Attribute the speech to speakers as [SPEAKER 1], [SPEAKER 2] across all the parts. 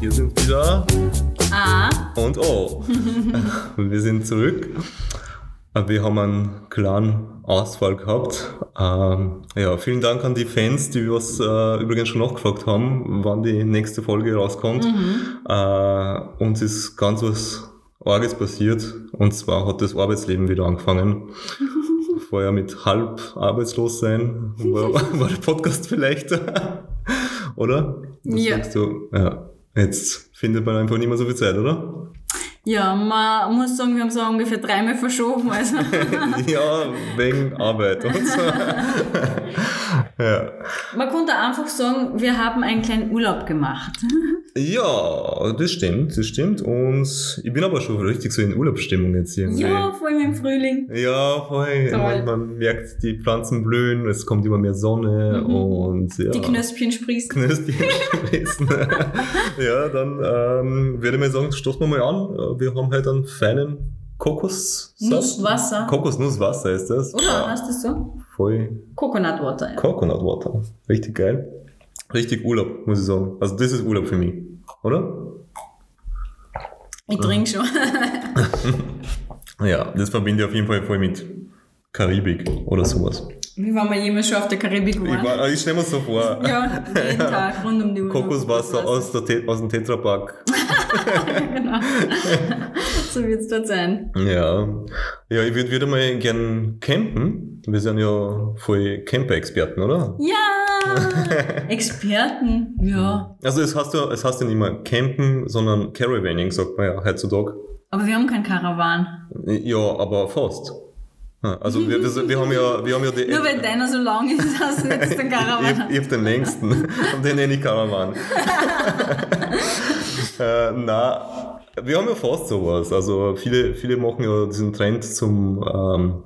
[SPEAKER 1] wir sind zurück. Wir haben einen klaren Ausfall gehabt. Ähm, ja, vielen Dank an die Fans, die was äh, übrigens schon nachgefragt haben, wann die nächste Folge rauskommt. Äh, uns ist ganz was Arges passiert. Und zwar hat das Arbeitsleben wieder angefangen. Vorher mit halb arbeitslos sein war, war der Podcast vielleicht. oder? Was
[SPEAKER 2] Ja.
[SPEAKER 1] sagst du? Ja. Jetzt findet man einfach nicht mehr so viel Zeit, oder?
[SPEAKER 2] Ja, man muss sagen, wir haben es auch ungefähr dreimal verschoben. Also.
[SPEAKER 1] ja, wegen Arbeit und so. ja.
[SPEAKER 2] Man konnte einfach sagen, wir haben einen kleinen Urlaub gemacht.
[SPEAKER 1] ja, das stimmt, das stimmt. Und ich bin aber schon richtig so in Urlaubsstimmung jetzt irgendwie.
[SPEAKER 2] Ja, vor allem im Frühling.
[SPEAKER 1] Ja, voll.
[SPEAKER 2] Toll.
[SPEAKER 1] Man, man merkt, die Pflanzen blühen, es kommt immer mehr Sonne
[SPEAKER 2] Mhm.
[SPEAKER 1] und ja.
[SPEAKER 2] Die Knöspchen sprießen.
[SPEAKER 1] Knöspchen gewesen. ja, dann ähm, würde ich mal sagen, stoßen wir mal an. Wir haben halt einen feinen Kokossaft.
[SPEAKER 2] Nusswasser.
[SPEAKER 1] Kokosnusswasser ist das.
[SPEAKER 2] Oder
[SPEAKER 1] Ja,
[SPEAKER 2] heißt das so?
[SPEAKER 1] voll
[SPEAKER 2] Coconut Water. Ja.
[SPEAKER 1] Coconut Water. Richtig geil. Richtig Urlaub, muss ich sagen. Also das ist Urlaub für mich, oder?
[SPEAKER 2] Ich trinke schon.
[SPEAKER 1] Ja, das verbinde ich auf jeden Fall voll mit Karibik oder sowas.
[SPEAKER 2] Wie waren wir jemals schon auf der Karibik?
[SPEAKER 1] Ich,
[SPEAKER 2] Waren?
[SPEAKER 1] war- ich stelle mir so vor.
[SPEAKER 2] Ja, jeden Tag rund um die Uhr.
[SPEAKER 1] Kokoswasser aus, der Te aus dem Tetrapack.
[SPEAKER 2] Genau. so wird es dort sein.
[SPEAKER 1] Ja. Ja, ich würde wieder mal gern campen. Wir sind ja voll Camper-Experten, oder?
[SPEAKER 2] Ja! Experten. Ja.
[SPEAKER 1] Also es heißt ja, es heißt ja nicht mehr campen, sondern Caravanning, sagt man ja heutzutage.
[SPEAKER 2] Aber wir haben kein Karawan.
[SPEAKER 1] Ja, aber fast. Ja, Also wir, wir, wir haben ja, wir haben ja die
[SPEAKER 2] Nur weil deiner so lang ist, hast du jetzt den
[SPEAKER 1] Ich,
[SPEAKER 2] Karawan.
[SPEAKER 1] ich hab den längsten. Und den nenne ich Karawan. äh, na, wir haben ja fast sowas. Also viele, viele machen ja diesen Trend zum ähm,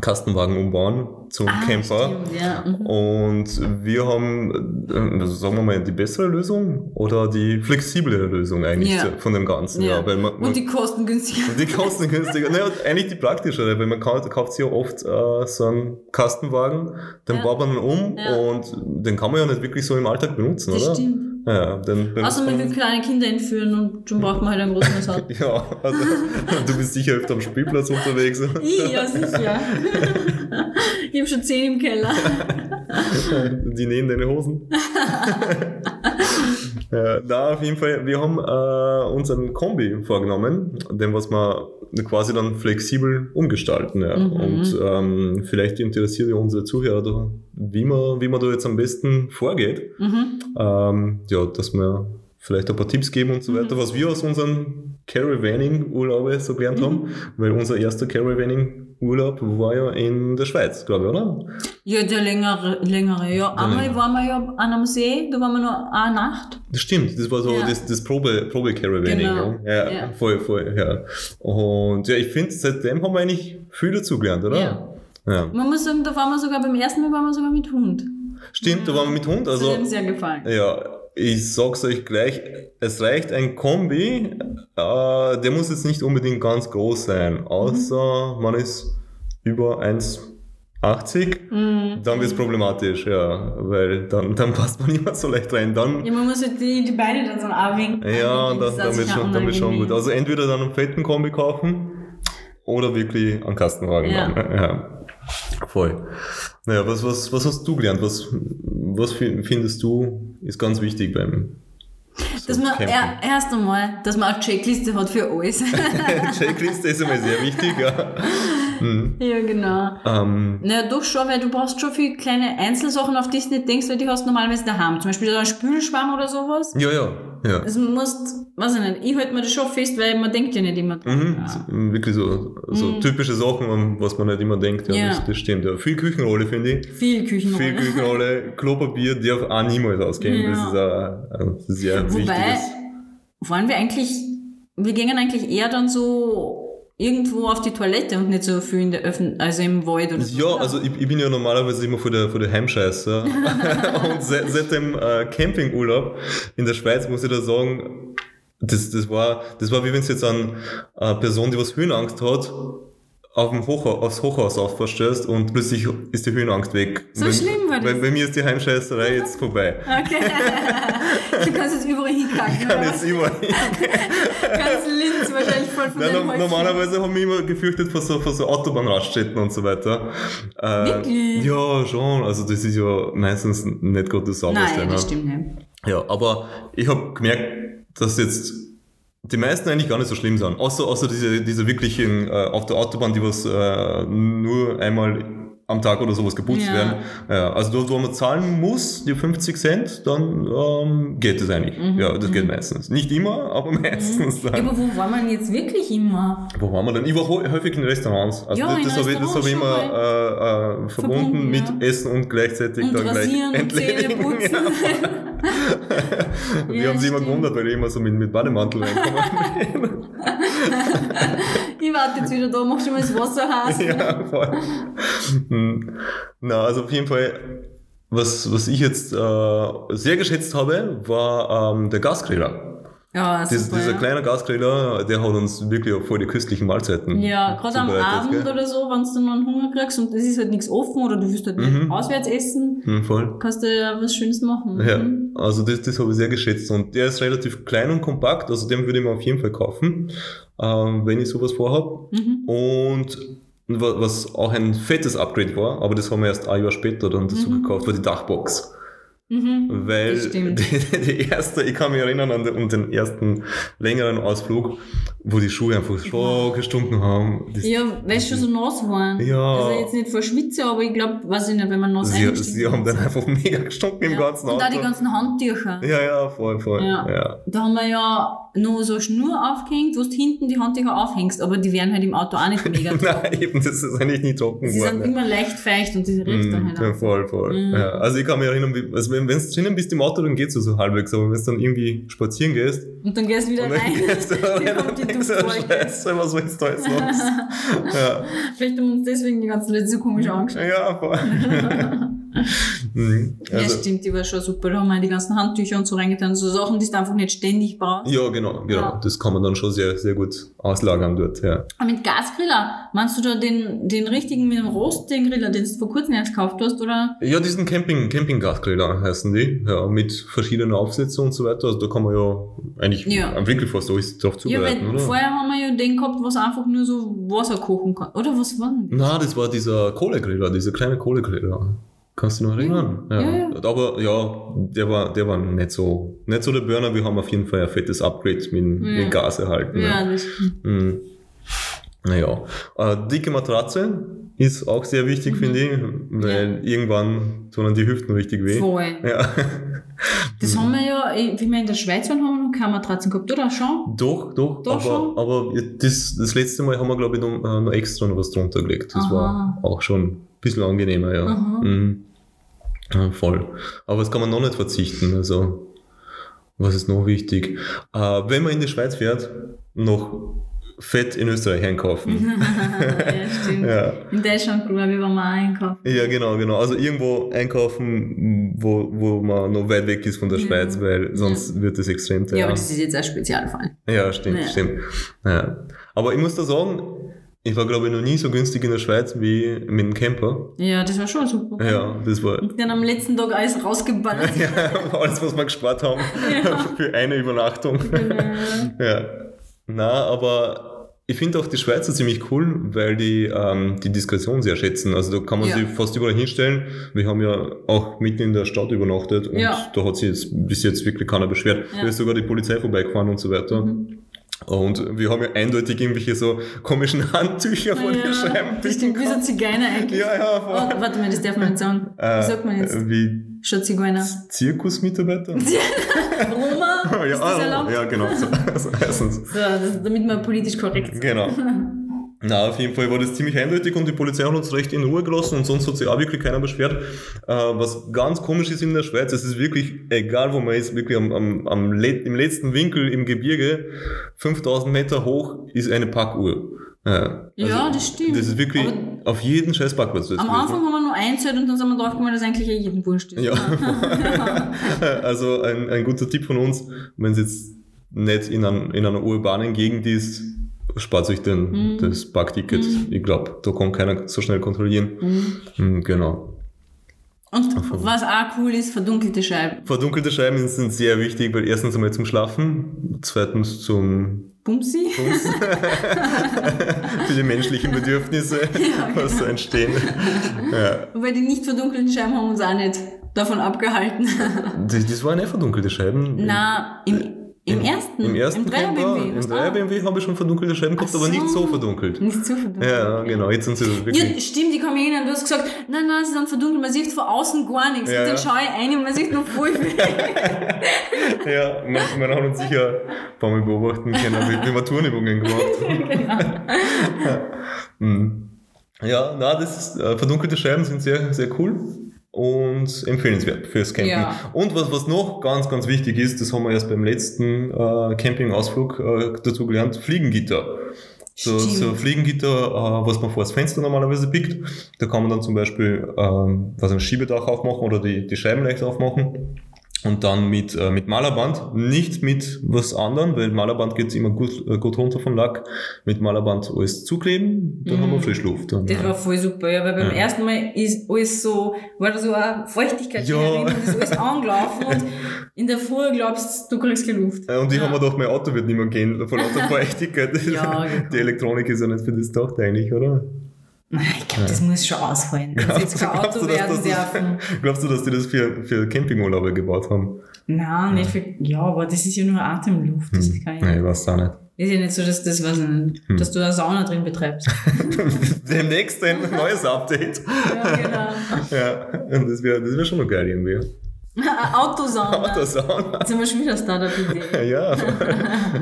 [SPEAKER 1] Kastenwagen umbauen, zum Camper.
[SPEAKER 2] Ah, Stimmt, ja. mhm.
[SPEAKER 1] Und wir haben, äh, sagen wir mal, die bessere Lösung oder die flexible Lösung eigentlich
[SPEAKER 2] Ja.
[SPEAKER 1] zu- von dem Ganzen. Ja. weil man, man,
[SPEAKER 2] Und die kosten günstiger.
[SPEAKER 1] die kosten günstiger. Naja, eigentlich die praktischere, weil man kauft, kauft sich ja oft äh, so einen Kastenwagen, den
[SPEAKER 2] Ja.
[SPEAKER 1] baut man dann um
[SPEAKER 2] Ja.
[SPEAKER 1] und den kann man ja nicht wirklich so im Alltag benutzen,
[SPEAKER 2] Das
[SPEAKER 1] oder?
[SPEAKER 2] stimmt.
[SPEAKER 1] Ja, den benutzt
[SPEAKER 2] Außer man will
[SPEAKER 1] man.
[SPEAKER 2] kleine Kinder entführen und dann braucht man halt ein großes Auto.
[SPEAKER 1] Ja, also du bist sicher öfter am Spielplatz unterwegs.
[SPEAKER 2] I, ja, sicher. ich habe schon zehn im Keller.
[SPEAKER 1] Die nähen deine Hosen. ja, da auf jeden Fall, wir haben äh, uns einen Kombi vorgenommen, den was wir quasi dann flexibel umgestalten. Ja.
[SPEAKER 2] Mhm.
[SPEAKER 1] Und ähm, vielleicht interessiert ja unsere Zuhörer, da, wie man, wie man da jetzt am besten vorgeht.
[SPEAKER 2] Mhm.
[SPEAKER 1] Ähm, ja, dass wir vielleicht ein paar Tipps geben und so weiter, was wir aus unseren Caravanning-Urlaube so gelernt haben, weil unser erster Caravanning-Urlaub war ja in der Schweiz, glaube ich, oder?
[SPEAKER 2] Ja, der längere, längere, ja. Einmal
[SPEAKER 1] längere.
[SPEAKER 2] waren wir ja an einem See, da waren wir nur eine Nacht.
[SPEAKER 1] Das stimmt, das war so
[SPEAKER 2] Ja.
[SPEAKER 1] das, das Probe, Probe Caravanning.
[SPEAKER 2] Genau,
[SPEAKER 1] Ja, ja,
[SPEAKER 2] ja.
[SPEAKER 1] voll, voll, ja. Und ja, ich finde, seitdem haben wir eigentlich viel dazugelernt, oder? Ja.
[SPEAKER 2] Man muss sagen, da waren wir sogar beim ersten Mal waren wir sogar mit Hund.
[SPEAKER 1] Stimmt, da waren wir mit Hund,
[SPEAKER 2] Also,
[SPEAKER 1] also.
[SPEAKER 2] hat mir sehr gefallen.
[SPEAKER 1] Ja, ich sag's euch gleich, es reicht ein Kombi, äh, der muss jetzt nicht unbedingt ganz groß sein, außer man ist über 1,80.
[SPEAKER 2] Mhm.
[SPEAKER 1] Äh, Dann wird's problematisch, ja, weil dann, dann passt man nicht mehr so leicht rein. Dann
[SPEAKER 2] Ja, man muss halt die, die Beine dann so anwinken.
[SPEAKER 1] Ja,
[SPEAKER 2] anwinken,
[SPEAKER 1] das,
[SPEAKER 2] ist auch
[SPEAKER 1] damit,
[SPEAKER 2] sicher
[SPEAKER 1] schon, damit schon
[SPEAKER 2] unangenehm.
[SPEAKER 1] gut. Also entweder dann einen fetten Kombi kaufen oder wirklich einen Kastenwagen
[SPEAKER 2] Ja.
[SPEAKER 1] machen. Ja. Voll. Naja, was, was, was hast du gelernt? Was, was fi- findest du ist ganz wichtig beim so
[SPEAKER 2] dass man
[SPEAKER 1] Campen?
[SPEAKER 2] er, erst einmal, dass man eine Checkliste hat für alles.
[SPEAKER 1] Checkliste ist immer sehr wichtig, ja. Mhm.
[SPEAKER 2] ja, genau.
[SPEAKER 1] Ähm,
[SPEAKER 2] Naja, doch schon, weil du brauchst schon viele kleine Einzelsachen, auf die du nicht denkst, weil die hast du normalerweise daheim. Zum Beispiel so einen Spülschwamm oder sowas.
[SPEAKER 1] ja, ja, ja.
[SPEAKER 2] Das musst, weiß ich nicht, ich halte mir das schon fest, weil man denkt ja nicht immer dran.
[SPEAKER 1] Mhm,
[SPEAKER 2] Ja.
[SPEAKER 1] so- Wirklich so, so
[SPEAKER 2] Mhm.
[SPEAKER 1] typische Sachen, an was man nicht immer denkt. Ja,
[SPEAKER 2] Ja.
[SPEAKER 1] Das, das stimmt. Ja. Viel Küchenrolle, finde ich.
[SPEAKER 2] Viel Küchenrolle.
[SPEAKER 1] Viel Küchenrolle, Klopapier darf auch niemals ausgehen. Das
[SPEAKER 2] Ja.
[SPEAKER 1] ist ein, ein sehr
[SPEAKER 2] Wobei,
[SPEAKER 1] wichtiges.
[SPEAKER 2] waren wir eigentlich, wir gingen eigentlich eher dann so irgendwo auf die Toilette und nicht so viel in der Öffn also im Wald oder so.
[SPEAKER 1] Ja,
[SPEAKER 2] oder?
[SPEAKER 1] also ich, ich bin ja normalerweise immer vor der, vor der Heimscheiße. Und seit, seit dem äh, Campingurlaub in der Schweiz muss ich da sagen, äh, das, das, war, das war wie wenn es jetzt an eine Person, die was Höhenangst hat, auf dem Hochhaus, aufs Hochhaus aufverstößt und plötzlich ist die Höhenangst weg.
[SPEAKER 2] So
[SPEAKER 1] Wenn-
[SPEAKER 2] schlimm war das?
[SPEAKER 1] Bei, bei mir ist die Heimscheißerei jetzt vorbei.
[SPEAKER 2] Okay. du kannst jetzt überall hinkacken.
[SPEAKER 1] Kann
[SPEAKER 2] oder
[SPEAKER 1] jetzt immer.
[SPEAKER 2] was? Ganz Linz wahrscheinlich voll von
[SPEAKER 1] Nein,
[SPEAKER 2] den
[SPEAKER 1] no-
[SPEAKER 2] Häuschen.
[SPEAKER 1] normalerweise haben wir immer gefürchtet vor so, vor so Autobahnraststätten und so weiter. Äh,
[SPEAKER 2] Wirklich?
[SPEAKER 1] Ja, schon. Also das ist ja meistens nicht gerade das Sauberste.
[SPEAKER 2] Nein, das
[SPEAKER 1] ne?
[SPEAKER 2] stimmt nicht.
[SPEAKER 1] Ja, aber ich habe gemerkt, dass jetzt die meisten eigentlich gar nicht so schlimm sind. Außer, außer diese, diese wirklichen äh, auf der Autobahn, die was äh, nur einmal am Tag oder sowas geputzt
[SPEAKER 2] Ja.
[SPEAKER 1] werden. Ja, also dort, wo man zahlen muss, die 50 Cent, dann ähm, geht das eigentlich.
[SPEAKER 2] Mhm.
[SPEAKER 1] Ja, das geht meistens. Nicht immer, aber meistens dann.
[SPEAKER 2] Aber wo war man jetzt wirklich immer?
[SPEAKER 1] Wo waren wir denn? Ich war ho- häufig in Restaurants. Also
[SPEAKER 2] Ja, in
[SPEAKER 1] das habe ich, das hab ich immer
[SPEAKER 2] Restaurants
[SPEAKER 1] äh, äh, verbunden,
[SPEAKER 2] Verbunden,
[SPEAKER 1] mit
[SPEAKER 2] ja.
[SPEAKER 1] Essen und gleichzeitig
[SPEAKER 2] Und
[SPEAKER 1] dann
[SPEAKER 2] rasieren
[SPEAKER 1] gleich
[SPEAKER 2] und Zähne
[SPEAKER 1] entledigen.
[SPEAKER 2] putzen.
[SPEAKER 1] Ja. Wir
[SPEAKER 2] Ja,
[SPEAKER 1] haben sie immer
[SPEAKER 2] stimmt.
[SPEAKER 1] gewundert, weil ich immer so mit, mit Bademantel reinkomme.
[SPEAKER 2] Ich warte jetzt wieder da, mach schon mal das Wasser heiß.
[SPEAKER 1] ja, voll. Hm. Na, also auf jeden Fall, was, was ich jetzt äh, sehr geschätzt habe, war ähm, der Gasgriller.
[SPEAKER 2] Ja, super,
[SPEAKER 1] Dies, dieser
[SPEAKER 2] ja.
[SPEAKER 1] kleine Gasgriller, der hat uns wirklich auch voll die köstlichen Mahlzeiten.
[SPEAKER 2] Ja, gerade am
[SPEAKER 1] zubereitet,
[SPEAKER 2] Abend
[SPEAKER 1] gell?
[SPEAKER 2] oder so, wenn du dann einen Hunger kriegst und es ist halt nichts offen oder du willst halt nicht
[SPEAKER 1] Mhm.
[SPEAKER 2] auswärts essen,
[SPEAKER 1] Hm, voll.
[SPEAKER 2] kannst du ja was Schönes machen.
[SPEAKER 1] Ja,
[SPEAKER 2] Mhm.
[SPEAKER 1] also das, das habe ich sehr geschätzt. Und der ist relativ klein und kompakt, also den würde ich mir auf jeden Fall kaufen, ähm, wenn ich sowas vorhabe.
[SPEAKER 2] Mhm.
[SPEAKER 1] Und wa- was auch ein fettes Upgrade war, aber das haben wir erst ein Jahr später dann dazu
[SPEAKER 2] Mhm.
[SPEAKER 1] gekauft, war die Dachbox.
[SPEAKER 2] Mhm.
[SPEAKER 1] Weil
[SPEAKER 2] Das
[SPEAKER 1] die,
[SPEAKER 2] stimmt.
[SPEAKER 1] die erste, ich kann mich erinnern an den, um den ersten längeren Ausflug, wo die Schuhe einfach so gestunken haben. Das,
[SPEAKER 2] Ja, weil sie schon so nass waren.
[SPEAKER 1] Ja.
[SPEAKER 2] Also jetzt nicht vor Schwitze, aber ich glaube, weiß ich nicht, wenn man nass
[SPEAKER 1] sie,
[SPEAKER 2] eingestickt
[SPEAKER 1] sie haben dann einfach mega gestunken im
[SPEAKER 2] ja.
[SPEAKER 1] ganzen
[SPEAKER 2] Und auch die
[SPEAKER 1] Auto.
[SPEAKER 2] ganzen Handtücher.
[SPEAKER 1] Ja, ja, voll, voll.
[SPEAKER 2] Ja.
[SPEAKER 1] ja.
[SPEAKER 2] Da haben wir ja nur so Schnur aufgehängt, wo du hinten die Handtücher aufhängst, aber die werden halt im Auto auch nicht mega.
[SPEAKER 1] Nein, eben, das ist eigentlich nie trocken
[SPEAKER 2] Sie sind
[SPEAKER 1] geworden.
[SPEAKER 2] immer leicht feucht und diese riecht dann
[SPEAKER 1] Mm,
[SPEAKER 2] halt
[SPEAKER 1] ja,
[SPEAKER 2] auch.
[SPEAKER 1] voll, voll.
[SPEAKER 2] Mhm.
[SPEAKER 1] Ja, also ich kann mich erinnern, wie, also wenn wenn du drinnen bist im Auto, dann geht's so, so halbwegs, aber wenn du dann irgendwie spazieren gehst,
[SPEAKER 2] Und dann gehst du wieder
[SPEAKER 1] und dann
[SPEAKER 2] rein.
[SPEAKER 1] gehst du rein
[SPEAKER 2] kommt
[SPEAKER 1] und
[SPEAKER 2] die
[SPEAKER 1] denkst, oh,
[SPEAKER 2] Duftwolke.
[SPEAKER 1] scheiße, was willst du jetzt los? ja,
[SPEAKER 2] Vielleicht haben uns deswegen die ganzen Leute so komisch angeschaut.
[SPEAKER 1] ja, voll. Mhm,
[SPEAKER 2] ja,
[SPEAKER 1] also,
[SPEAKER 2] stimmt, die war schon super. Da haben wir die ganzen Handtücher und so reingetan. So Sachen, die du einfach nicht ständig brauchst.
[SPEAKER 1] ja, genau, genau.
[SPEAKER 2] Ja.
[SPEAKER 1] Das kann man dann schon sehr, sehr gut auslagern dort, ja.
[SPEAKER 2] Aber mit Gasgriller, meinst du da den, den richtigen mit dem Rost, den Griller, den du vor kurzem erst gekauft hast, oder?
[SPEAKER 1] Ja, diesen Camping, Campinggasgriller heißen die, ja, mit verschiedenen Aufsätzen und so weiter. Also da kann man ja eigentlich
[SPEAKER 2] Ja.
[SPEAKER 1] wirklich fast alles drauf
[SPEAKER 2] Ja,
[SPEAKER 1] zubereiten,
[SPEAKER 2] weil
[SPEAKER 1] oder?
[SPEAKER 2] vorher haben wir ja den gehabt, was einfach nur so Wasser kochen kann. Oder was war denn?
[SPEAKER 1] Na, das war dieser Kohlegriller, dieser kleine Kohlegriller. Kannst du dich noch erinnern?
[SPEAKER 2] Ja,
[SPEAKER 1] Aber ja, der war, der war nicht so, nicht so der Burner. Wir haben auf jeden Fall ein fettes Upgrade mit,
[SPEAKER 2] Ja.
[SPEAKER 1] mit Gas erhalten.
[SPEAKER 2] Ja,
[SPEAKER 1] Ja.
[SPEAKER 2] das stimmt.
[SPEAKER 1] Mhm. Naja, äh, dicke Matratze ist auch sehr wichtig,
[SPEAKER 2] Mhm.
[SPEAKER 1] finde ich, weil irgendwann tun dann die Hüften richtig weh.
[SPEAKER 2] Voll.
[SPEAKER 1] Ja.
[SPEAKER 2] Das haben wir ja, eh, wie wir in der Schweiz waren, haben wir noch keine Matratzen gehabt, oder? Schon?
[SPEAKER 1] Doch, doch,
[SPEAKER 2] Doch schon?
[SPEAKER 1] aber, aber das, das letzte Mal haben wir, glaube ich, noch, äh, noch extra noch was drunter gelegt. Das
[SPEAKER 2] Aha.
[SPEAKER 1] war auch schon ein bisschen angenehmer, ja.
[SPEAKER 2] Aha.
[SPEAKER 1] Mhm. Ja, voll. Aber das kann man noch nicht verzichten. Also, was ist noch wichtig? Äh, wenn man in die Schweiz fährt, noch Fett in Österreich einkaufen.
[SPEAKER 2] ja, stimmt.
[SPEAKER 1] ja.
[SPEAKER 2] In Deutschland, glaube ich, waren wir auch einkaufen.
[SPEAKER 1] Ja, genau, genau. Also irgendwo einkaufen, wo, wo man noch weit weg ist von der
[SPEAKER 2] Ja.
[SPEAKER 1] Schweiz, weil sonst wird es extrem
[SPEAKER 2] Ja,
[SPEAKER 1] teuer.
[SPEAKER 2] aber das ist jetzt ein Spezialfall.
[SPEAKER 1] Ja, stimmt,
[SPEAKER 2] Ja.
[SPEAKER 1] stimmt. Ja. Aber ich muss da sagen, ich war glaube ich noch nie so günstig in der Schweiz wie mit dem Camper.
[SPEAKER 2] Ja, das war schon super.
[SPEAKER 1] Ja, das war
[SPEAKER 2] Und dann am letzten Tag alles rausgeballert.
[SPEAKER 1] ja, alles, was wir gespart haben für eine Übernachtung.
[SPEAKER 2] Äh,
[SPEAKER 1] Ja. Na, aber ich finde auch die Schweizer ziemlich cool, weil die ähm, die Diskretion sehr schätzen. Also da kann man
[SPEAKER 2] Ja.
[SPEAKER 1] sie fast überall hinstellen. Wir haben ja auch mitten in der Stadt übernachtet und
[SPEAKER 2] Ja.
[SPEAKER 1] da hat sich jetzt bis jetzt wirklich keiner beschwert.
[SPEAKER 2] Ja. Mhm.
[SPEAKER 1] Da ist sogar die Polizei vorbeigefahren und so weiter. Und wir haben ja eindeutig irgendwelche so komischen Handtücher vor den
[SPEAKER 2] ja, das
[SPEAKER 1] Scheiben.
[SPEAKER 2] stimmt, wie so Zigeuner eigentlich.
[SPEAKER 1] Ja, ja,
[SPEAKER 2] Oh,
[SPEAKER 1] voll.
[SPEAKER 2] warte mal, das darf man nicht sagen.
[SPEAKER 1] Äh,
[SPEAKER 2] Wie sagt man jetzt?
[SPEAKER 1] Wie
[SPEAKER 2] Schon Zigeuner.
[SPEAKER 1] Zirkusmitarbeiter?
[SPEAKER 2] Roma?
[SPEAKER 1] ja,
[SPEAKER 2] ist das
[SPEAKER 1] ah,
[SPEAKER 2] erlaubt?
[SPEAKER 1] ja, genau. So, so heißen sie.
[SPEAKER 2] So, das, damit wir politisch korrekt sind.
[SPEAKER 1] Genau. Na, auf jeden Fall war das ziemlich eindeutig und die Polizei hat uns recht in Ruhe gelassen und sonst hat sich auch wirklich keiner beschwert. Äh, was ganz komisch ist in der Schweiz, es ist wirklich, egal wo man ist, wirklich am, am, am le im letzten Winkel im Gebirge, 5000 Meter hoch, ist eine Parkuhr. Ja,
[SPEAKER 2] Ja, das stimmt.
[SPEAKER 1] Das ist wirklich
[SPEAKER 2] Aber-
[SPEAKER 1] auf jeden scheiß Parkplatz.
[SPEAKER 2] Am Anfang haben wir nur einzählt und dann sind wir draufgekommen, dass eigentlich ja jedem wurscht ist.
[SPEAKER 1] Ja. also ein, ein guter Tipp von uns, wenn es jetzt nicht in, an, in einer urbanen Gegend ist, spart euch den, das Parkticket. Ich glaube, da kann keiner so schnell kontrollieren. Mm, Genau.
[SPEAKER 2] Und was auch cool ist, verdunkelte Scheiben.
[SPEAKER 1] Verdunkelte Scheiben sind sehr wichtig, weil erstens einmal zum Schlafen, zweitens zum
[SPEAKER 2] Bumsi?
[SPEAKER 1] Bums. für die menschlichen Bedürfnisse, was so entstehen. Ja.
[SPEAKER 2] Wobei die nicht verdunkelten Scheiben haben uns auch nicht davon abgehalten.
[SPEAKER 1] Das, das waren eh verdunkelte Scheiben.
[SPEAKER 2] Na, im, im ersten.
[SPEAKER 1] Äh, Hm, Im ersten
[SPEAKER 2] Im Dreier
[SPEAKER 1] Camper,
[SPEAKER 2] BMW.
[SPEAKER 1] Im 3er BMW habe ich schon verdunkelte Scheiben gehabt,
[SPEAKER 2] Ach
[SPEAKER 1] aber nicht
[SPEAKER 2] so.
[SPEAKER 1] Ah. so Hm. verdunkelt.
[SPEAKER 2] Nicht so verdunkelt.
[SPEAKER 1] Ja, genau, jetzt sind sie
[SPEAKER 2] Ja,
[SPEAKER 1] wirklich.
[SPEAKER 2] stimmt, ich kann mich erinnern, du hast gesagt, nein, nein, sie sind verdunkelt, man sieht von außen gar nichts.
[SPEAKER 1] Ja,
[SPEAKER 2] und dann
[SPEAKER 1] ja.
[SPEAKER 2] schaue ich rein und man sieht nur voll viel.
[SPEAKER 1] Ja, man, man hat uns sicher ein paar Mal beobachten können, aber wir haben Turnübungen gemacht. Genau. Mhm. ja, na, das ist, äh, verdunkelte Scheiben sind sehr, sehr cool und empfehlenswert fürs Campen.
[SPEAKER 2] Ja.
[SPEAKER 1] Und was, was noch ganz, ganz wichtig ist, das haben wir erst beim letzten äh, Campingausflug äh, dazu gelernt, Fliegengitter. So,
[SPEAKER 2] Stimmt.
[SPEAKER 1] so ein Fliegengitter, äh, was man vor das Fenster normalerweise pickt. Da kann man dann zum Beispiel ähm, was ein Schiebedach aufmachen oder die, die Scheiben leicht aufmachen. Und dann mit, äh, mit Malerband, nicht mit was anderem, weil Malerband geht's immer gut, äh, gut runter vom Lack. Mit Malerband alles zukleben, dann
[SPEAKER 2] Mhm.
[SPEAKER 1] haben wir Frischluft. Und, äh,
[SPEAKER 2] Das war voll super, ja, weil beim
[SPEAKER 1] Ja.
[SPEAKER 2] ersten Mal ist alles so, war da so eine Feuchtigkeit
[SPEAKER 1] Ja.
[SPEAKER 2] drin und ist alles angelaufen und in der Früh glaubst du, kriegst keine Luft.
[SPEAKER 1] äh, und ich
[SPEAKER 2] Ja.
[SPEAKER 1] habe mir gedacht, mein Auto wird nicht mehr gehen, vor lauter Feuchtigkeit.
[SPEAKER 2] Ja, genau.
[SPEAKER 1] Die Elektronik ist ja nicht für das gedacht eigentlich, oder?
[SPEAKER 2] Nein, Ich glaube, das muss schon ausfallen. Das jetzt kein Auto werden
[SPEAKER 1] dass das-
[SPEAKER 2] dürfen.
[SPEAKER 1] glaubst du, dass die das für, für Campingurlaube gebaut haben?
[SPEAKER 2] Nein, nicht für, ja, aber das ist ja nur Atemluft. Das kann ich,
[SPEAKER 1] Hm. Nee, weiß auch nicht.
[SPEAKER 2] ist ja nicht so, dass, das, was,
[SPEAKER 1] Hm.
[SPEAKER 2] dass du eine Sauna drin betreibst.
[SPEAKER 1] Demnächst ein neues Update.
[SPEAKER 2] ja, genau.
[SPEAKER 1] Ja, und das wäre das wär schon noch geil irgendwie.
[SPEAKER 2] Eine Autosauna.
[SPEAKER 1] Autosauna.
[SPEAKER 2] Jetzt sind wir schon wieder Startup-Idee.
[SPEAKER 1] Ja,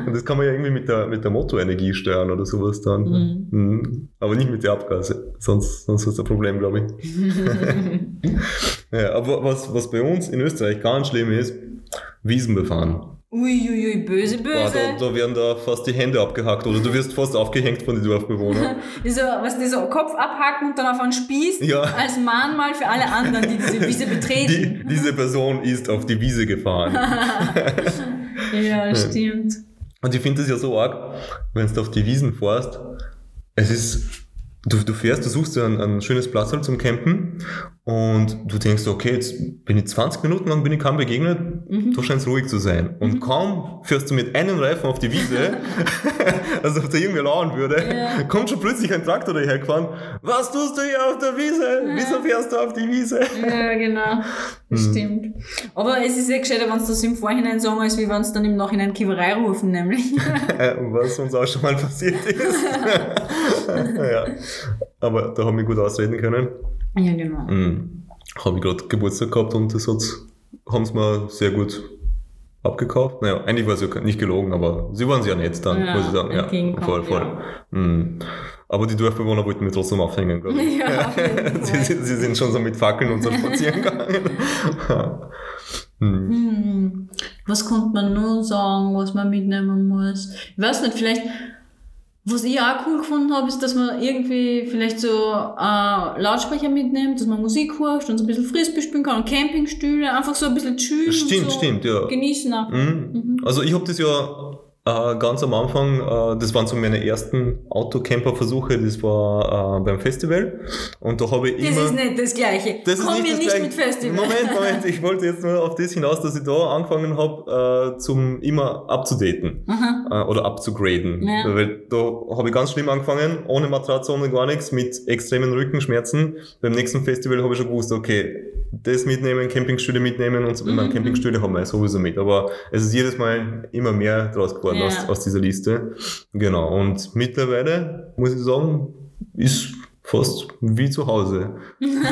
[SPEAKER 1] und das kann man ja irgendwie mit der, mit der Motorenergie steuern oder sowas dann.
[SPEAKER 2] Mhm.
[SPEAKER 1] Mhm. Aber nicht mit der Abgase, sonst, sonst hast du ein Problem, glaube ich. ja, aber was, was bei uns in Österreich ganz schlimm ist, Wiesen befahren.
[SPEAKER 2] Uiuiui, böse,
[SPEAKER 1] Boah,
[SPEAKER 2] böse.
[SPEAKER 1] da, da werden da fast die Hände abgehackt oder du wirst fast aufgehängt von den Dorfbewohnern.
[SPEAKER 2] Dieser, was dieser Kopf abhacken und dann auf einen Spieß
[SPEAKER 1] Ja.
[SPEAKER 2] als Mahnmal für alle anderen, die diese Wiese betreten.
[SPEAKER 1] Die, diese Person ist auf die Wiese gefahren.
[SPEAKER 2] Ja, stimmt.
[SPEAKER 1] Und ich finde das ja so arg, wenn du auf die Wiesen fährst, es ist, du, du fährst, du suchst dir ein, ein schönes Platz halt zum Campen und du denkst, okay, jetzt bin ich 20 Minuten lang, bin ich kaum begegnet, da scheint es ruhig zu sein. Und kaum fährst du mit einem Reifen auf die Wiese, als ob da irgendwer lauern würde,
[SPEAKER 2] Ja.
[SPEAKER 1] kommt schon plötzlich ein Traktor dahergefahren, was tust du hier auf der Wiese? Wieso fährst du auf die Wiese?
[SPEAKER 2] Ja, genau.
[SPEAKER 1] Hm.
[SPEAKER 2] Das stimmt. Aber es ist eh gescheiter, wenn es das im Vorhinein sagen, als wie wenn es dann im Nachhinein Kiverei rufen, nämlich.
[SPEAKER 1] Äh, was uns auch schon mal passiert ist. ja. Aber da haben wir gut ausreden können.
[SPEAKER 2] ja, genau.
[SPEAKER 1] Mhm. Habe ich gerade Geburtstag gehabt und das hat's, haben sie mir sehr gut abgekauft. Naja, eigentlich war es ja ke- nicht gelogen, aber sie waren es ja nett dann,
[SPEAKER 2] Ja,
[SPEAKER 1] muss ich sagen. Ja,
[SPEAKER 2] entgegenkommen,
[SPEAKER 1] voll, voll.
[SPEAKER 2] ja.
[SPEAKER 1] Mhm. Aber die Dorfbewohner wollten mich trotzdem aufhängen, glaube ich.
[SPEAKER 2] Ja, auf jeden
[SPEAKER 1] Sie,
[SPEAKER 2] Fall.
[SPEAKER 1] sie sie sind schon so mit Fackeln und so spazieren gegangen. Mm.
[SPEAKER 2] Hm, was konnte man nur sagen, was man mitnehmen muss? Ich weiß nicht, vielleicht, was ich auch cool gefunden habe, ist, dass man irgendwie vielleicht so äh, Lautsprecher mitnimmt, dass man Musik hört und so ein bisschen Frisbee spielen kann und Campingstühle, einfach so ein bisschen chillen.
[SPEAKER 1] Stimmt,
[SPEAKER 2] und so genau.
[SPEAKER 1] stimmt, ja.
[SPEAKER 2] Genießen auch.
[SPEAKER 1] Mhm. Also ich habe das ja äh, ganz am Anfang, äh, das waren so meine ersten Autocamper-Versuche, das war äh, beim Festival und da habe ich
[SPEAKER 2] Das
[SPEAKER 1] immer...
[SPEAKER 2] ist nicht das Gleiche.
[SPEAKER 1] das ist
[SPEAKER 2] Kommen wir
[SPEAKER 1] das
[SPEAKER 2] nicht
[SPEAKER 1] Gleiche.
[SPEAKER 2] mit Festival.
[SPEAKER 1] Moment, Moment, ich wollte jetzt nur auf das hinaus, dass ich da angefangen habe, äh, zum immer abzudaten
[SPEAKER 2] Aha.
[SPEAKER 1] äh, oder abzugraden.
[SPEAKER 2] Ja.
[SPEAKER 1] Weil da habe ich ganz schlimm angefangen, ohne Matratze, ohne gar nichts, mit extremen Rückenschmerzen. Beim nächsten Festival habe ich schon gewusst, okay, das mitnehmen, Campingstühle mitnehmen und so. Ich
[SPEAKER 2] Mhm.
[SPEAKER 1] meine, Campingstühle haben wir sowieso mit, aber es ist jedes Mal immer mehr draus geworden
[SPEAKER 2] Ja.
[SPEAKER 1] aus, aus dieser Liste. Genau, und mittlerweile, muss ich sagen, ist fast wie zu Hause.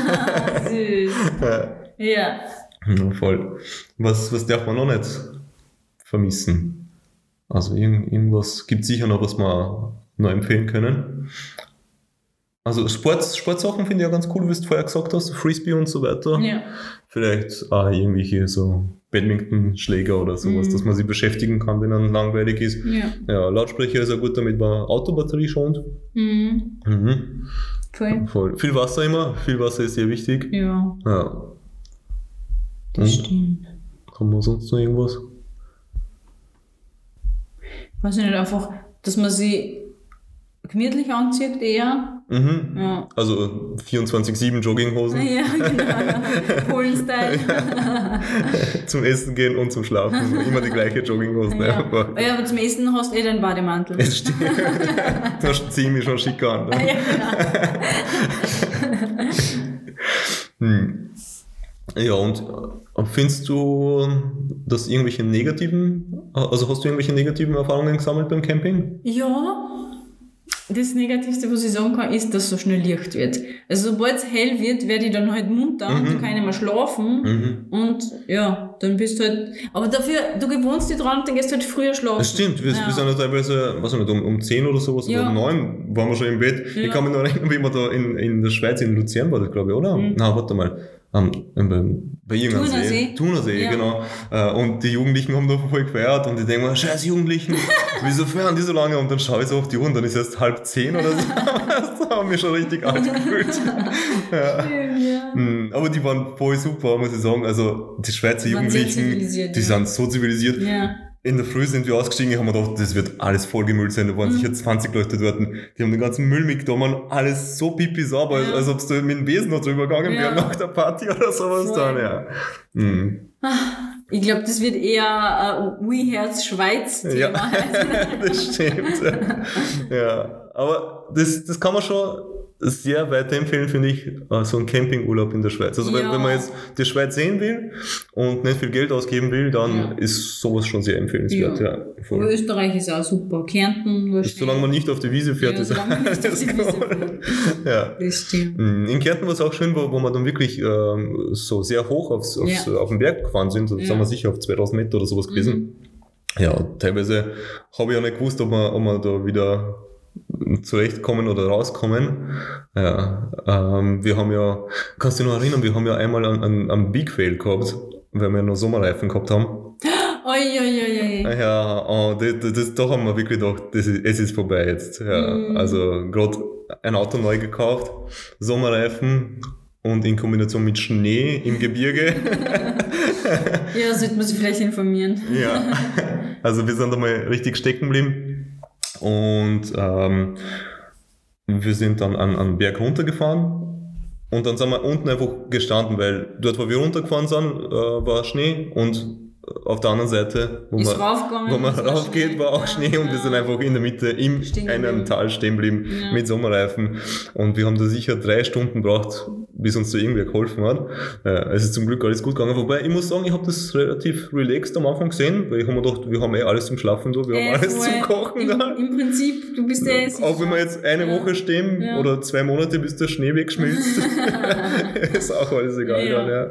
[SPEAKER 1] Äh,
[SPEAKER 2] Süß. Ja.
[SPEAKER 1] Ja, voll. Was, was darf man noch nicht vermissen? Also irgend, irgendwas gibt sicher noch, was wir noch empfehlen können. Also Sport, Sportsachen finde ich ja ganz cool, wie du vorher gesagt hast, Frisbee und so weiter.
[SPEAKER 2] ja.
[SPEAKER 1] Vielleicht auch irgendwelche so Badminton-Schläger oder sowas,
[SPEAKER 2] Mhm.
[SPEAKER 1] dass man sich beschäftigen kann, wenn einem langweilig ist.
[SPEAKER 2] Ja.
[SPEAKER 1] Ja, Lautsprecher ist ja gut, damit man Autobatterie schont.
[SPEAKER 2] Mhm.
[SPEAKER 1] Mhm.
[SPEAKER 2] Voll.
[SPEAKER 1] Voll. Viel Wasser immer, viel Wasser ist sehr wichtig.
[SPEAKER 2] Ja,
[SPEAKER 1] Ja.
[SPEAKER 2] das
[SPEAKER 1] Mhm.
[SPEAKER 2] stimmt.
[SPEAKER 1] Haben wir sonst noch irgendwas?
[SPEAKER 2] weiß ich nicht, einfach, dass man sie gemütlich anzieht eher.
[SPEAKER 1] Mhm.
[SPEAKER 2] Ja.
[SPEAKER 1] Also 24-7 Jogginghosen
[SPEAKER 2] Ja, genau. Polen-Style.
[SPEAKER 1] zum Essen gehen und zum Schlafen. Immer die gleiche Jogginghose. ne?
[SPEAKER 2] ja. Ah
[SPEAKER 1] Aber
[SPEAKER 2] ja, aber zum Essen hast du eh den Bademantel.
[SPEAKER 1] Es stimmt. Das ziehe ich mich schon schick an. Ne?
[SPEAKER 2] ja, genau.
[SPEAKER 1] Hm. Ja, und äh, findest du, dass irgendwelche negativen, äh, also hast du irgendwelche negativen Erfahrungen gesammelt beim Camping?
[SPEAKER 2] ja, das Negativste, was ich sagen kann, ist, dass so schnell Licht wird. Also sobald es hell wird, werde ich dann halt munter und
[SPEAKER 1] Mhm.
[SPEAKER 2] dann kann ich nicht mehr schlafen.
[SPEAKER 1] Mhm.
[SPEAKER 2] Und ja, dann bist du halt. Aber dafür, du gewohnst dich dran, dann gehst du halt früher
[SPEAKER 1] Das
[SPEAKER 2] schlafen.
[SPEAKER 1] stimmt, wir,
[SPEAKER 2] Ja.
[SPEAKER 1] wir sind ja teilweise, weiß ich nicht, um, um 10 oder sowas,
[SPEAKER 2] Ja.
[SPEAKER 1] oder um 9 waren wir schon im Bett. Ich
[SPEAKER 2] Ja.
[SPEAKER 1] kann mich noch erinnern, wie wir da in, in der Schweiz, in Luzern war das, glaube ich, oder?
[SPEAKER 2] Mhm.
[SPEAKER 1] Na, warte mal. Ähm, ähm, bei bei irgendeinem See.
[SPEAKER 2] Thunersee.
[SPEAKER 1] Thunersee,
[SPEAKER 2] Ja.
[SPEAKER 1] genau. Äh, und die Jugendlichen haben da voll gefeiert und ich denke mir, scheiß Jugendlichen, wieso feiern die so lange? Und dann schaue ich so auf die Uhr und dann ist erst halb zehn oder so. das haben wir schon richtig alt gefühlt. ja.
[SPEAKER 2] Ja.
[SPEAKER 1] Mm, Aber die waren voll super, muss ich sagen. Also die Schweizer
[SPEAKER 2] Die waren sehr
[SPEAKER 1] Jugendlichen,
[SPEAKER 2] zivilisiert,
[SPEAKER 1] die
[SPEAKER 2] ja.
[SPEAKER 1] sind so zivilisiert.
[SPEAKER 2] ja.
[SPEAKER 1] In der Früh sind wir ausgestiegen, ich habe mir gedacht, das wird alles vollgemüllt sein. Da waren
[SPEAKER 2] Mhm.
[SPEAKER 1] sicher 20 Leute dort. Die haben den ganzen Müll mitgenommen, alles so pipi sauber,
[SPEAKER 2] Ja.
[SPEAKER 1] als ob es mit dem Besen noch drüber gegangen
[SPEAKER 2] Ja.
[SPEAKER 1] wäre nach der Party oder sowas
[SPEAKER 2] Voll.
[SPEAKER 1] dann, ja. Mhm.
[SPEAKER 2] Ich glaube, das wird eher äh, We Herz Schweiz
[SPEAKER 1] Ja,
[SPEAKER 2] Thema.
[SPEAKER 1] das stimmt. ja, aber das, das kann man schon sehr weiterempfehlen, finde ich, äh, so ein Campingurlaub in der Schweiz. Also wenn,
[SPEAKER 2] Ja.
[SPEAKER 1] wenn man jetzt die Schweiz sehen will und nicht viel Geld ausgeben will, dann
[SPEAKER 2] Ja.
[SPEAKER 1] ist sowas schon sehr empfehlenswert. Ja.
[SPEAKER 2] Ja. Aber
[SPEAKER 1] voll.
[SPEAKER 2] Österreich ist auch super. Kärnten, wo schnell-
[SPEAKER 1] Solange man nicht auf die Wiese fährt,
[SPEAKER 2] Ja,
[SPEAKER 1] ist
[SPEAKER 2] solange man nicht auf die Wiese
[SPEAKER 1] cool. Ja.
[SPEAKER 2] Das stimmt.
[SPEAKER 1] Mm, In Kärnten war es auch schön, wo, wo wir dann wirklich ähm, so sehr hoch aufs, aufs, auf den Berg gefahren sind. Da
[SPEAKER 2] Ja. Mhm.
[SPEAKER 1] sind wir sicher auf 2000 Meter oder sowas gewesen. Ja, und teilweise habe ich auch nicht gewusst, ob wir, ob wir da wieder zurechtkommen oder rauskommen. Ja, ähm, wir haben ja, kannst du dich noch erinnern, wir haben ja einmal einen, einen, einen Big Fail gehabt, weil wir noch Sommerreifen gehabt haben.
[SPEAKER 2] Oi, oi, oi, oi.
[SPEAKER 1] Ah Ja, und das, das- das, da haben wir wirklich gedacht, das ist, es ist vorbei jetzt. Ja,
[SPEAKER 2] Mhm.
[SPEAKER 1] Also gerade ein Auto neu gekauft, Sommerreifen und in Kombination mit Schnee im Gebirge. Äh.
[SPEAKER 2] Ja, sollte man sich vielleicht informieren.
[SPEAKER 1] ja. Also wir sind da mal richtig stecken geblieben. Und ähm, wir sind dann an, an den Berg runtergefahren. Und dann sind wir unten einfach gestanden, weil dort, wo wir runtergefahren sind, äh, war Schnee und auf der anderen Seite, wo
[SPEAKER 2] Ist
[SPEAKER 1] man
[SPEAKER 2] raufgegangen.
[SPEAKER 1] wo man
[SPEAKER 2] es war
[SPEAKER 1] raufgeht, war auch Schnee und wir sind einfach in der Mitte im
[SPEAKER 2] Stehen
[SPEAKER 1] einem
[SPEAKER 2] geblieben.
[SPEAKER 1] Tal stehen geblieben
[SPEAKER 2] Ja.
[SPEAKER 1] mit Sommerreifen. Und wir haben da sicher drei Stunden gebraucht, bis uns da irgendwer geholfen hat. Äh, Es ist zum Glück alles gut gegangen. Wobei, ich muss sagen, ich habe das relativ relaxed am Anfang gesehen, weil ich habe mir gedacht, wir haben eh alles zum Schlafen da, wir haben
[SPEAKER 2] Äh,
[SPEAKER 1] alles
[SPEAKER 2] voll.
[SPEAKER 1] zum Kochen
[SPEAKER 2] Im,
[SPEAKER 1] da.
[SPEAKER 2] Im Prinzip, du bist eh der.
[SPEAKER 1] Auch wenn wir jetzt eine
[SPEAKER 2] Ja.
[SPEAKER 1] Woche stehen
[SPEAKER 2] Ja.
[SPEAKER 1] oder zwei Monate, bis der Schnee wegschmilzt, ist auch alles egal
[SPEAKER 2] Ja.
[SPEAKER 1] dann, ja.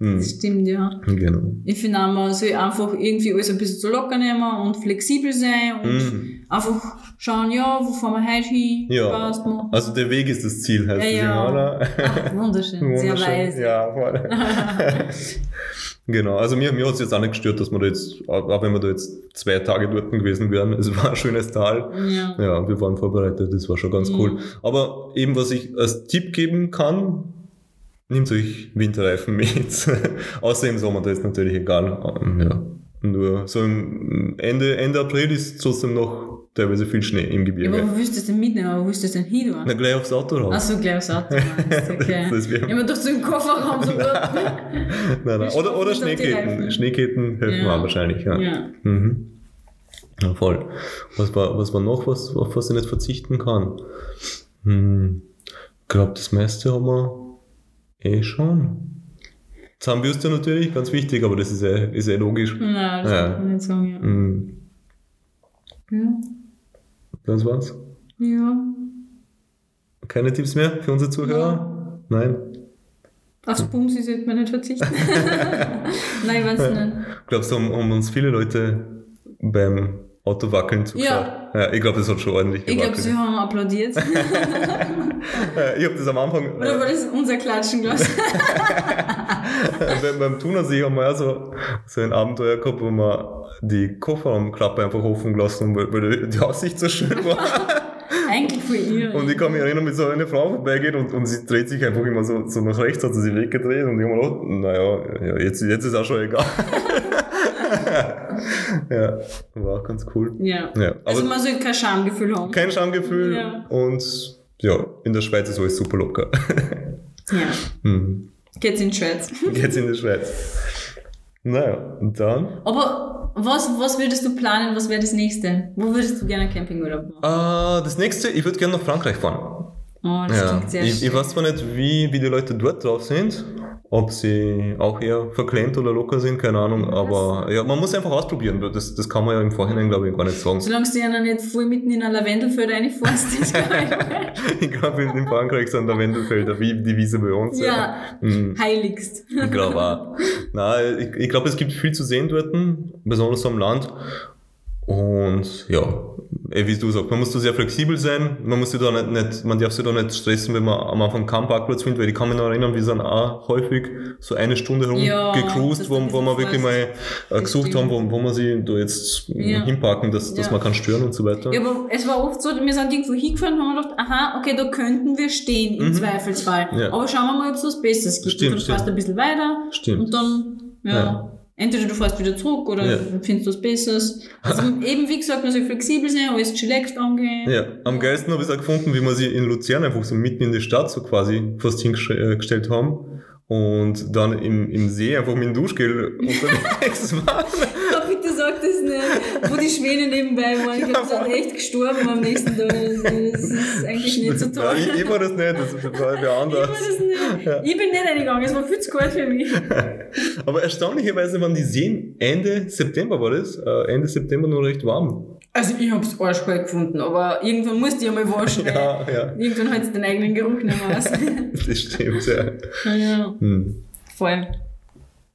[SPEAKER 1] Hm,
[SPEAKER 2] Das stimmt, ja.
[SPEAKER 1] Genau.
[SPEAKER 2] Ich finde auch, man soll einfach irgendwie alles ein bisschen zu locker nehmen und flexibel sein und
[SPEAKER 1] Hm.
[SPEAKER 2] einfach schauen, ja, wo fahren wir heute hin?
[SPEAKER 1] Ja.
[SPEAKER 2] Passt, machen wir.
[SPEAKER 1] Also der Weg ist das Ziel, heißt
[SPEAKER 2] Ja,
[SPEAKER 1] es
[SPEAKER 2] ja.
[SPEAKER 1] immer, oder?
[SPEAKER 2] Ach, wunderschön, sehr weise.
[SPEAKER 1] Ja, voll. genau, also mir, mir hat es jetzt auch nicht gestört, dass wir da jetzt, auch auch wenn wir da jetzt zwei Tage dort gewesen wären, es war ein schönes Tal.
[SPEAKER 2] Ja.
[SPEAKER 1] Ja, wir waren vorbereitet, das war schon ganz
[SPEAKER 2] Mhm.
[SPEAKER 1] cool. Aber eben, was ich als Tipp geben kann, nehmt euch Winterreifen mit. Außer im Sommer, da ist natürlich egal. Ähm, Ja. Nur so im Ende, Ende April ist trotzdem noch teilweise viel Schnee im
[SPEAKER 2] Ja,
[SPEAKER 1] Gebirge.
[SPEAKER 2] aber wo willst du es denn mitnehmen? Aber wo willst du es denn
[SPEAKER 1] Na,
[SPEAKER 2] hin?
[SPEAKER 1] gleich aufs Auto raus.
[SPEAKER 2] Achso, gleich aufs Auto. meinst du, Okay.
[SPEAKER 1] Das wär-
[SPEAKER 2] Immer durch so einen Kofferraum so. ja.
[SPEAKER 1] Nein, nein.
[SPEAKER 2] Ich
[SPEAKER 1] Oder,
[SPEAKER 2] hoffe,
[SPEAKER 1] oder
[SPEAKER 2] dass die
[SPEAKER 1] Schneeketten.
[SPEAKER 2] Reifen-
[SPEAKER 1] Schneeketten helfen
[SPEAKER 2] Ja.
[SPEAKER 1] auch wahrscheinlich, ja.
[SPEAKER 2] ja.
[SPEAKER 1] Mhm. ja voll. Was war, was war noch, was, auf was ich nicht verzichten kann? Hm. Ich glaube, das meiste haben wir eh schon. Zahnbürste natürlich, ganz wichtig, aber das ist eh, ist eh logisch.
[SPEAKER 2] Nein, das
[SPEAKER 1] Ja.
[SPEAKER 2] kann man nicht sagen,
[SPEAKER 1] Hm.
[SPEAKER 2] ja. ja.
[SPEAKER 1] Mhm. Das war's.
[SPEAKER 2] Ja.
[SPEAKER 1] Keine Tipps mehr für unsere Zuhörer? Nein.
[SPEAKER 2] Aufs Bumsi sollte man nicht verzichten. Nein, weiß nicht.
[SPEAKER 1] Glaubst du, haben, haben uns viele Leute beim Autowackeln zugeschaut? Ja. Ich glaube, das hat schon ordentlich
[SPEAKER 2] Ich glaube,
[SPEAKER 1] gewackelt.
[SPEAKER 2] sie haben applaudiert.
[SPEAKER 1] Äh, ich habe das am Anfang.
[SPEAKER 2] Oder war das unser Klatschen, glaube ich?
[SPEAKER 1] beim, beim Thunersee haben wir auch so, so ein Abenteuer gehabt, wo wir die Kofferraumklappe einfach offen gelassen haben, weil, weil die Aussicht so schön war.
[SPEAKER 2] Eigentlich für ihr.
[SPEAKER 1] Und ich kann mich erinnern, wie so eine Frau vorbeigeht und, und sie dreht sich einfach immer so, so nach rechts, hat sie sich weggedreht und ich habe mir gedacht, naja, ja, jetzt, jetzt ist auch schon egal. ja, war ganz cool.
[SPEAKER 2] Ja.
[SPEAKER 1] Ja, aber
[SPEAKER 2] Also man soll kein Schamgefühl haben.
[SPEAKER 1] kein Schamgefühl
[SPEAKER 2] Ja.
[SPEAKER 1] und ja, in der Schweiz ist alles super locker.
[SPEAKER 2] Ja.
[SPEAKER 1] Hm.
[SPEAKER 2] Geht's in die Schweiz.
[SPEAKER 1] Jetzt in der Schweiz. Naja, und dann?
[SPEAKER 2] Aber was, was würdest du planen? Was wäre das nächste? Wo würdest du gerne einen Campingurlaub machen?
[SPEAKER 1] Ah, das nächste, ich würde gerne nach Frankreich fahren.
[SPEAKER 2] Oh, das
[SPEAKER 1] Ja,
[SPEAKER 2] klingt sehr
[SPEAKER 1] ich,
[SPEAKER 2] schön.
[SPEAKER 1] ich weiß zwar nicht, wie, wie die Leute dort drauf sind, ob sie auch eher verklemmt oder locker sind, keine Ahnung, aber ja, man muss einfach ausprobieren, weil das, das kann man ja im Vorhinein, glaube ich, gar nicht sagen.
[SPEAKER 2] Solange du ja noch nicht voll mitten in einer Lavendelfeld reinfährst, ist geil.
[SPEAKER 1] ich glaube, in Frankreich sind da Wendelfelder, wie die Wiese bei uns.
[SPEAKER 2] Ja.
[SPEAKER 1] Mhm.
[SPEAKER 2] Heiligst.
[SPEAKER 1] Ich glaube auch. Nein, ich, ich glaube, es gibt viel zu sehen dort, besonders am Land. Und ja, eh, wie du sagst, man muss da sehr flexibel sein. Man muss sich da nicht, nicht, man darf sich da nicht stressen, wenn man am Anfang keinen Parkplatz findet, weil ich kann mich noch erinnern, wir sind auch häufig so eine Stunde
[SPEAKER 2] Ja,
[SPEAKER 1] herumgecruised,
[SPEAKER 2] das
[SPEAKER 1] wo,
[SPEAKER 2] ist
[SPEAKER 1] wo wir
[SPEAKER 2] ein bisschen
[SPEAKER 1] wirklich mal äh,
[SPEAKER 2] Das
[SPEAKER 1] gesucht haben, wo,
[SPEAKER 2] stimmt.
[SPEAKER 1] wo man sie da jetzt
[SPEAKER 2] Ja.
[SPEAKER 1] hinparken, dass, dass
[SPEAKER 2] Ja.
[SPEAKER 1] man kann stören und so weiter.
[SPEAKER 2] Ja, aber es war oft so, wir sind irgendwo hingefahren und haben gedacht, aha, okay, da könnten wir stehen im
[SPEAKER 1] Mhm.
[SPEAKER 2] Zweifelsfall.
[SPEAKER 1] Ja.
[SPEAKER 2] Aber schauen wir mal, ob es was Besseres gibt.
[SPEAKER 1] Stimmt,
[SPEAKER 2] und du
[SPEAKER 1] stimmt.
[SPEAKER 2] fährst ein bisschen weiter
[SPEAKER 1] Stimmt.
[SPEAKER 2] und dann, ja,
[SPEAKER 1] Ja.
[SPEAKER 2] entweder du fährst wieder zurück oder
[SPEAKER 1] Ja.
[SPEAKER 2] findest was Besseres. Also eben, wie gesagt, man soll flexibel sein, alles chillaxed angehen.
[SPEAKER 1] Ja, am geilsten habe ich es auch gefunden, wie wir sie in Luzern einfach so mitten in die Stadt so quasi fast hingestellt haben und dann im, im See einfach mit dem Duschgel unterwegs waren.
[SPEAKER 2] Oh, bitte sag das nicht, wo die Schwäne nebenbei waren. Ich glaube, sie sind echt gestorben am nächsten Tag. Das ist eigentlich nicht so toll.
[SPEAKER 1] Nein, ich, ich war das nicht, das war wer
[SPEAKER 2] Ich war
[SPEAKER 1] anders.
[SPEAKER 2] das nicht. Ich bin nicht reingegangen, es war viel zu kalt für mich.
[SPEAKER 1] Aber erstaunlicherweise waren die Seen Ende September war das, äh, Ende September noch recht warm.
[SPEAKER 2] Also ich hab's arschkalt gefunden, aber irgendwann musst du ja mal waschen. weil
[SPEAKER 1] Ja, ja,
[SPEAKER 2] Irgendwann hältst du den eigenen Geruch nicht mehr aus.
[SPEAKER 1] das stimmt, ja.
[SPEAKER 2] ja,
[SPEAKER 1] Hm.
[SPEAKER 2] voll.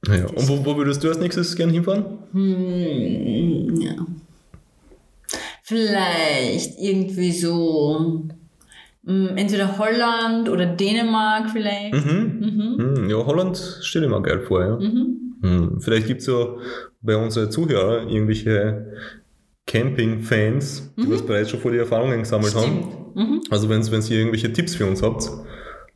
[SPEAKER 1] ja. Und wo, wo würdest du als nächstes gerne hinfahren?
[SPEAKER 2] Hm, ja. Vielleicht irgendwie so hm, entweder Holland oder Dänemark vielleicht.
[SPEAKER 1] Mhm.
[SPEAKER 2] Mhm.
[SPEAKER 1] Hm, ja, Holland stelle ich mir geil vor, ja.
[SPEAKER 2] Mhm.
[SPEAKER 1] Hm, vielleicht gibt's ja bei unseren Zuhörern irgendwelche Camping-Fans, die was bereits schon vor die Erfahrungen gesammelt haben.
[SPEAKER 2] Stimmt. Mhm.
[SPEAKER 1] Also wenn ihr irgendwelche Tipps für uns habt,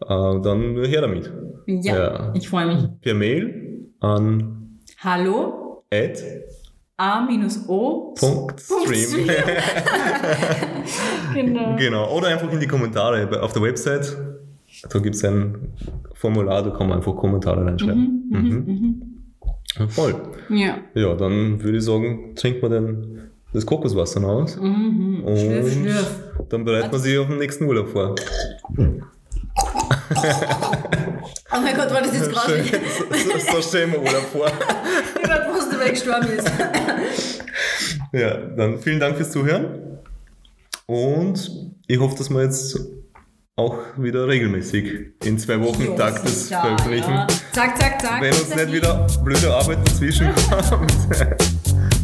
[SPEAKER 1] äh, dann her damit.
[SPEAKER 2] Ja,
[SPEAKER 1] Ja.
[SPEAKER 2] ich freue mich.
[SPEAKER 1] Per Mail an
[SPEAKER 2] Hallo, a-o.
[SPEAKER 1] ad.stream.
[SPEAKER 2] Genau.
[SPEAKER 1] genau. Oder einfach in die Kommentare bei- auf der Website. Da gibt's ein Formular, da kann man einfach Kommentare reinschreiben. Mhm. Voll.
[SPEAKER 2] Ja.
[SPEAKER 1] Ja, dann würde ich sagen, trinkt man dann das Kokoswasser noch aus.
[SPEAKER 2] Mhm.
[SPEAKER 1] Und
[SPEAKER 2] Schlürf, schlürf.
[SPEAKER 1] dann bereitet man sich auf den nächsten Urlaub vor.
[SPEAKER 2] Oh mein Gott, war das jetzt
[SPEAKER 1] Schön,
[SPEAKER 2] grauslich?
[SPEAKER 1] so, so stellen wir Urlaub vor.
[SPEAKER 2] Ich war bewusst, weil ich gestorben ist.
[SPEAKER 1] Ja, dann vielen Dank fürs Zuhören. Und ich hoffe, dass wir jetzt auch wieder regelmäßig in zwei Wochen
[SPEAKER 2] Ja,
[SPEAKER 1] Tag das
[SPEAKER 2] sicher,
[SPEAKER 1] veröffentlichen.
[SPEAKER 2] ja. ne? Zack, zack, zack.
[SPEAKER 1] Wenn uns nicht wieder blöde Arbeit dazwischen kommt.